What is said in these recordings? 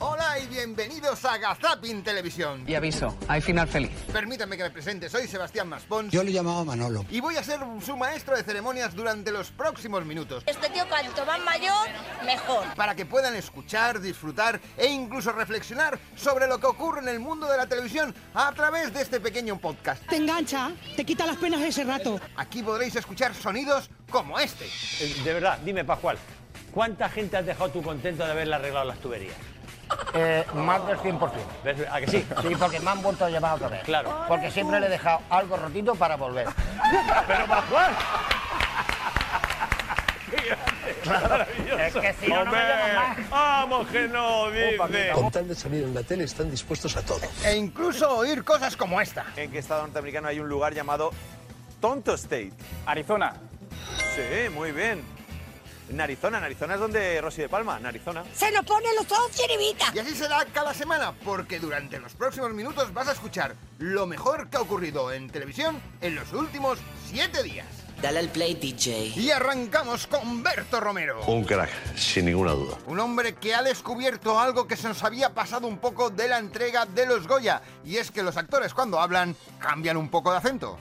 Hola y bienvenidos a Gazapin Televisión. Y aviso, hay final feliz. Permítame que me presente, soy Sebastián Maspons Yo le llamaba Manolo. y voy a ser su maestro de ceremonias durante los próximos minutos Este tío cuanto más mayor, mejor. para que puedan escuchar, disfrutar e incluso reflexionar sobre lo que ocurre en el mundo de la televisión a través de este pequeño podcast. Te engancha, te quita las penas de ese rato. Aquí podréis escuchar sonidos como este. Eh, De verdad, dime, Pascual, ¿cuánta gente has dejado tú contento de haberle arreglado las tuberías? Eh, más del 100%. ¿Ves? ¿A que sí? Sí, porque me han vuelto a llamar otra vez. Claro. Porque siempre le he dejado algo rotito para volver. ¡Pero Pascual! Es que si no, no me llaman más. ¡Vamos que no, dice! Con tal de salir en la tele están dispuestos a todo. E incluso oír cosas como esta. en que estado norteamericano hay un lugar llamado Tonto State. Arizona. Sí, muy bien. En Arizona, en Arizona es donde Rosy de Palma, en Arizona. Se nos ponen los ojos chiribita. Y así será cada semana, porque durante los próximos minutos vas a escuchar lo mejor que ha ocurrido en televisión en los últimos siete días. Dale al play, DJ. Y arrancamos con Berto Romero. Un crack, sin ninguna duda. Un hombre que ha descubierto algo que se nos había pasado un poco de la entrega de los Goya, y es que los actores cuando hablan cambian un poco de acento.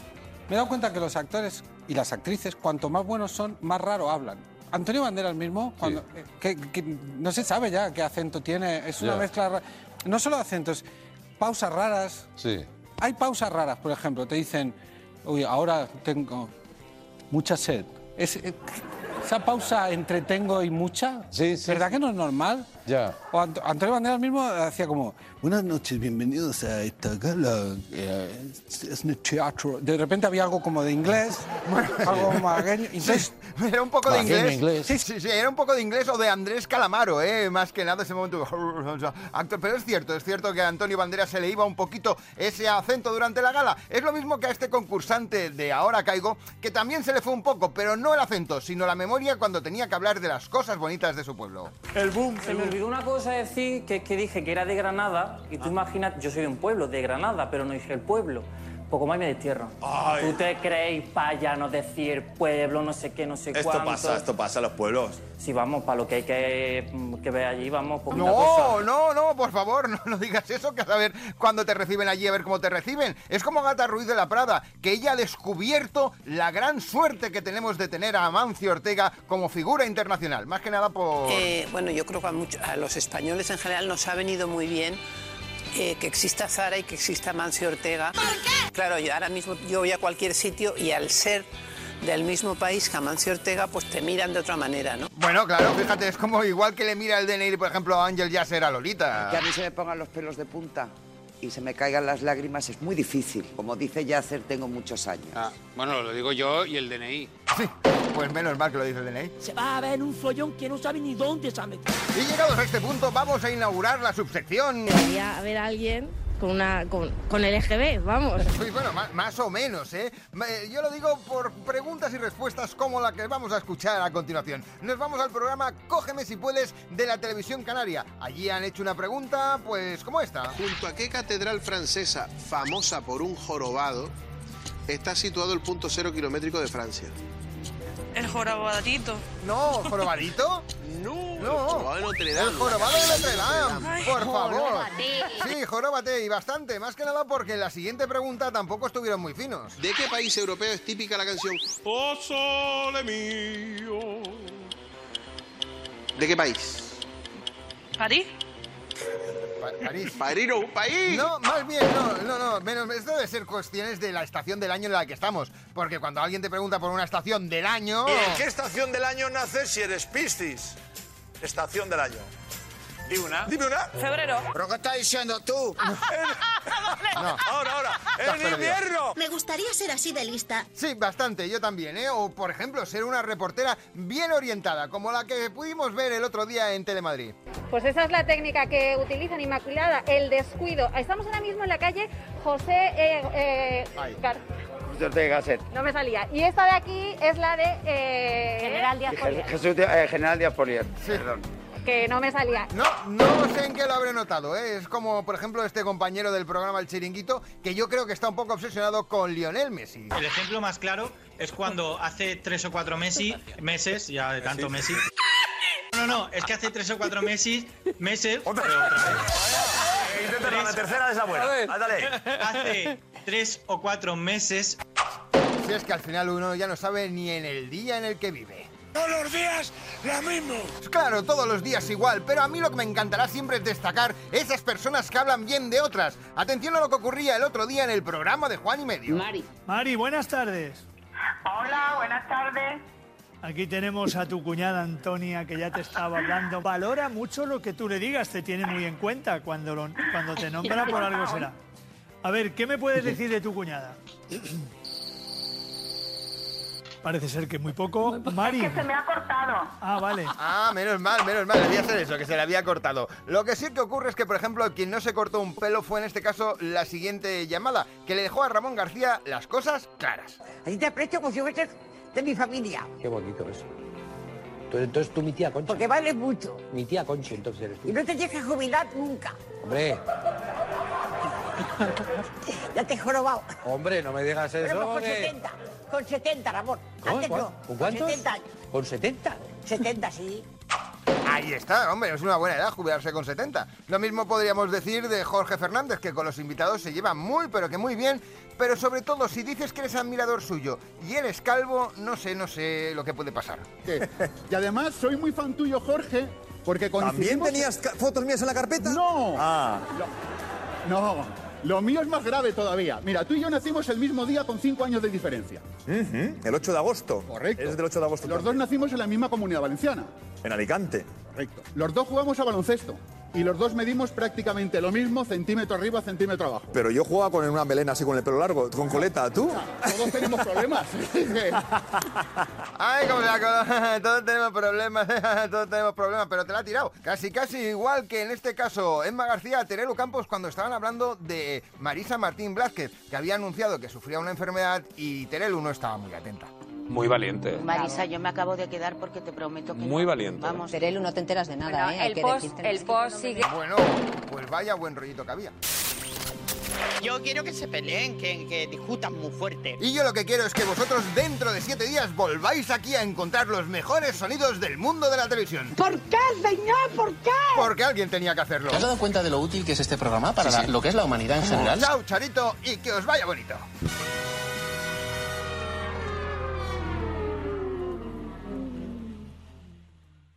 Me he dado cuenta que los actores y las actrices, cuanto más buenos son, más raro hablan. Antonio Banderas mismo, cuando, eh, que, que no se sabe ya qué acento tiene, es una mezcla... ra- No solo de acentos, pausas raras. Sí. Hay pausas raras, por ejemplo, te dicen, uy, ahora tengo mucha sed. Es, eh, esa pausa entre tengo y mucha, Sí, sí. ¿verdad que no es normal? Ya. O Ant- Antonio Banderas mismo hacía como, Buenas noches, bienvenidos a esta gala. eh, es- es un teatro. de repente había algo como de inglés, algo malagueño, entonces... Era un poco de Imagino inglés. inglés. Sí, sí, sí, era un poco de inglés o de Andrés Calamaro, ¿eh? más que nada ese momento. Actor, pero es cierto, es cierto que a Antonio Banderas se le iba un poquito ese acento durante la gala. Es lo mismo que a este concursante de Ahora Caigo, que también se le fue un poco, pero no el acento, sino la memoria cuando tenía que hablar de las cosas bonitas de su pueblo. Se me olvidó una cosa decir, que es que dije que era de Granada, y tú imaginas, yo soy de un pueblo, de Granada, pero no dije el pueblo. Poco más me destierro. ¿Tú te creéis payanos decir pueblo, no sé qué, no sé Esto cuánto? pasa, esto pasa en los pueblos. Si vamos, para lo que hay que, mm, que ver allí, vamos, poquita No, cosa. no, no, por favor, no, no digas eso, que a saber cuándo te reciben allí, a ver cómo te reciben. Es como Gata Ruiz de la Prada, que ella ha descubierto la gran suerte que tenemos de tener a Amancio Ortega como figura internacional. Más que nada por... Eh, bueno, yo creo que a, mucho- a los españoles en general nos ha venido muy bien eh, que exista Zara y que exista Mancio Ortega. ¿Por qué? Claro, yo ahora mismo yo voy a cualquier sitio y al ser del mismo país que Mancio Ortega, pues te miran de otra manera, ¿no? Bueno, claro, fíjate, es como igual que le mira el DNI, por ejemplo, a Ángel Yasser a Lolita. mí se me pongan los pelos de punta y se me caigan las lágrimas es muy difícil. Como dice Yacer, tengo muchos años. bueno, lo digo yo y el DNI. Sí, pues menos mal que lo dice el DNI. Se va a ver un follón que no sabe ni dónde se ha metido. Y llegados a este punto, vamos a inaugurar la subsección... Debería haber alguien con una con, con LGB, vamos. Pues bueno, ma- más, o menos, ¿eh? Ma- eh, Yo lo digo por preguntas y respuestas como la que vamos a escuchar a continuación. Nos vamos al programa Cógeme si puedes de la televisión canaria. Allí han hecho una pregunta, pues como esta. ¿Junto a qué catedral francesa, famosa por un jorobado, está situado el punto cero kilométrico de Francia? El jorobadito. No, jorobadito. No, No. el jorobado de Notre Dame. El jorobado de Notre Dame, Dame. por favor. Jorobate. Sí, jorobate y bastante, más que nada porque en la siguiente pregunta tampoco estuvieron muy finos. ¿De qué país europeo es típica la canción? Oh, sole mío. ¿De qué país? ¿París? Pa- París. París, no, un país. No, más bien, no, no, no, menos, esto debe ser cuestiones de la estación del año en la que estamos, porque cuando alguien te pregunta por una estación del año... Ah. ¿Y en qué estación del año naces si eres Piscis? Estación del año. Dime una. Dime una. Febrero. ¿Pero qué estás diciendo tú? Ahora, ahora. has ¡En perdido. invierno! Me gustaría ser así de lista. Ah, Sí, bastante, yo también, ¿eh? O, por ejemplo, ser una reportera bien orientada, como la que pudimos ver el otro día en Telemadrid. Pues esa es la técnica que utilizan Inmaculada, el descuido. Estamos ahora mismo en la calle José eh, eh, Ay. Gar- No me salía. Y esta de ¿Eh? eh, aquí es la de eh, General Díaz General Díaz Sí. que no me salía. No, no sé en qué lo habré notado, ¿eh? Es como, por ejemplo, este compañero del programa El Chiringuito, que yo creo que está un poco obsesionado con Lionel Messi. El ejemplo más claro es cuando hace tres o cuatro Messi, meses, ya de tanto Messi. No, no, es que hace tres o cuatro Messi, meses. Otra, Eh, Inténtalo, la tercera es la buena. Ah, Ándale. Hace tres o cuatro meses. Si Pues es que al final uno ya no sabe ni en el día en el que vive. Pues Todos los días, la mismo. Claro, todos los días igual, pero a mí lo que me encantará siempre es destacar esas personas que hablan bien de otras. Atención a lo que ocurría el otro día en el programa de Juan y Medio. Mari. Mari, buenas tardes. Hola, buenas tardes. Aquí tenemos a tu cuñada Antonia, que ya te estaba hablando. Valora mucho lo que tú le digas, te tiene muy en cuenta cuando, lo- cuando te nombra por algo será. A ver, ¿qué me puedes decir de tu cuñada? Parece ser que muy poco. Mari. Es que se me ha cortado. Ah, vale. Ah, menos mal, menos mal, debía ser eso, que se le había cortado. Lo que sí que ocurre es que, por ejemplo, quien no se cortó un pelo fue en este caso la siguiente llamada, que le dejó a Ramón García las cosas claras. Así te aprecio como si fueses de mi familia. Qué bonito eso. Tú- Entonces tú, mi tía Concha. Porque vales mucho. Mi tía Concha, entonces eres tú. Y no te llegas a jubilar nunca. Hombre, Ya te he jorobado. hombre, no me digas Pero eso. con que- 70. Con 70, Ramón. ¿Con Antes cuán- no. con cuántos? Con 70. años. Con 70. 70, sí. Ahí está, hombre, es una buena edad jubilarse con 70. Lo mismo podríamos decir de Jorge Fernández, que con los invitados se lleva muy, pero que muy bien, pero sobre todo si dices que eres admirador suyo y eres calvo, no sé, no sé lo que puede pasar. Y además soy muy fan tuyo, Jorge, porque ¿También coincidimos... tenías fotos mías en la carpeta? No. Ah. Lo- No. Lo mío es más grave todavía. Mira, tú y yo nacimos el mismo día con cinco años de diferencia. El 8 de agosto. Correcto. Es del 8 de agosto. Los dos nacimos en la misma comunidad valenciana. En Alicante. Correcto. Los dos jugamos a baloncesto y los dos medimos prácticamente lo mismo, centímetro arriba, centímetro abajo. Pero yo jugaba con una melena así con el pelo largo, con coleta. ¿Tú? Todos tenemos problemas. Ay, como la cosa. Todos tenemos problemas, todos tenemos problemas, pero te la ha tirado. Casi, casi igual que en este caso Emma García, Terelu Campos, cuando estaban hablando de Marisa Martín Blázquez, que había anunciado que sufría una enfermedad y Terelu no estaba muy atenta. Muy valiente. Marisa, yo me acabo de quedar porque te prometo que Muy valiente. Vamos, Terelu, no te enteras de nada, ¿eh? Hay que decírtelo. sigue. Bueno, pues vaya buen rollito que había. Yo quiero que se peleen, que, que discutan muy fuerte. Y yo lo que quiero es que vosotros dentro de siete días volváis aquí a encontrar los mejores sonidos del mundo de la televisión. ¿Por qué, señor? ¿Por qué? Porque alguien tenía que hacerlo. ¿Te has dado cuenta de lo útil que es este programa para Sí, la- sí. lo que es la humanidad en general? Chao, Charito, y que os vaya bonito.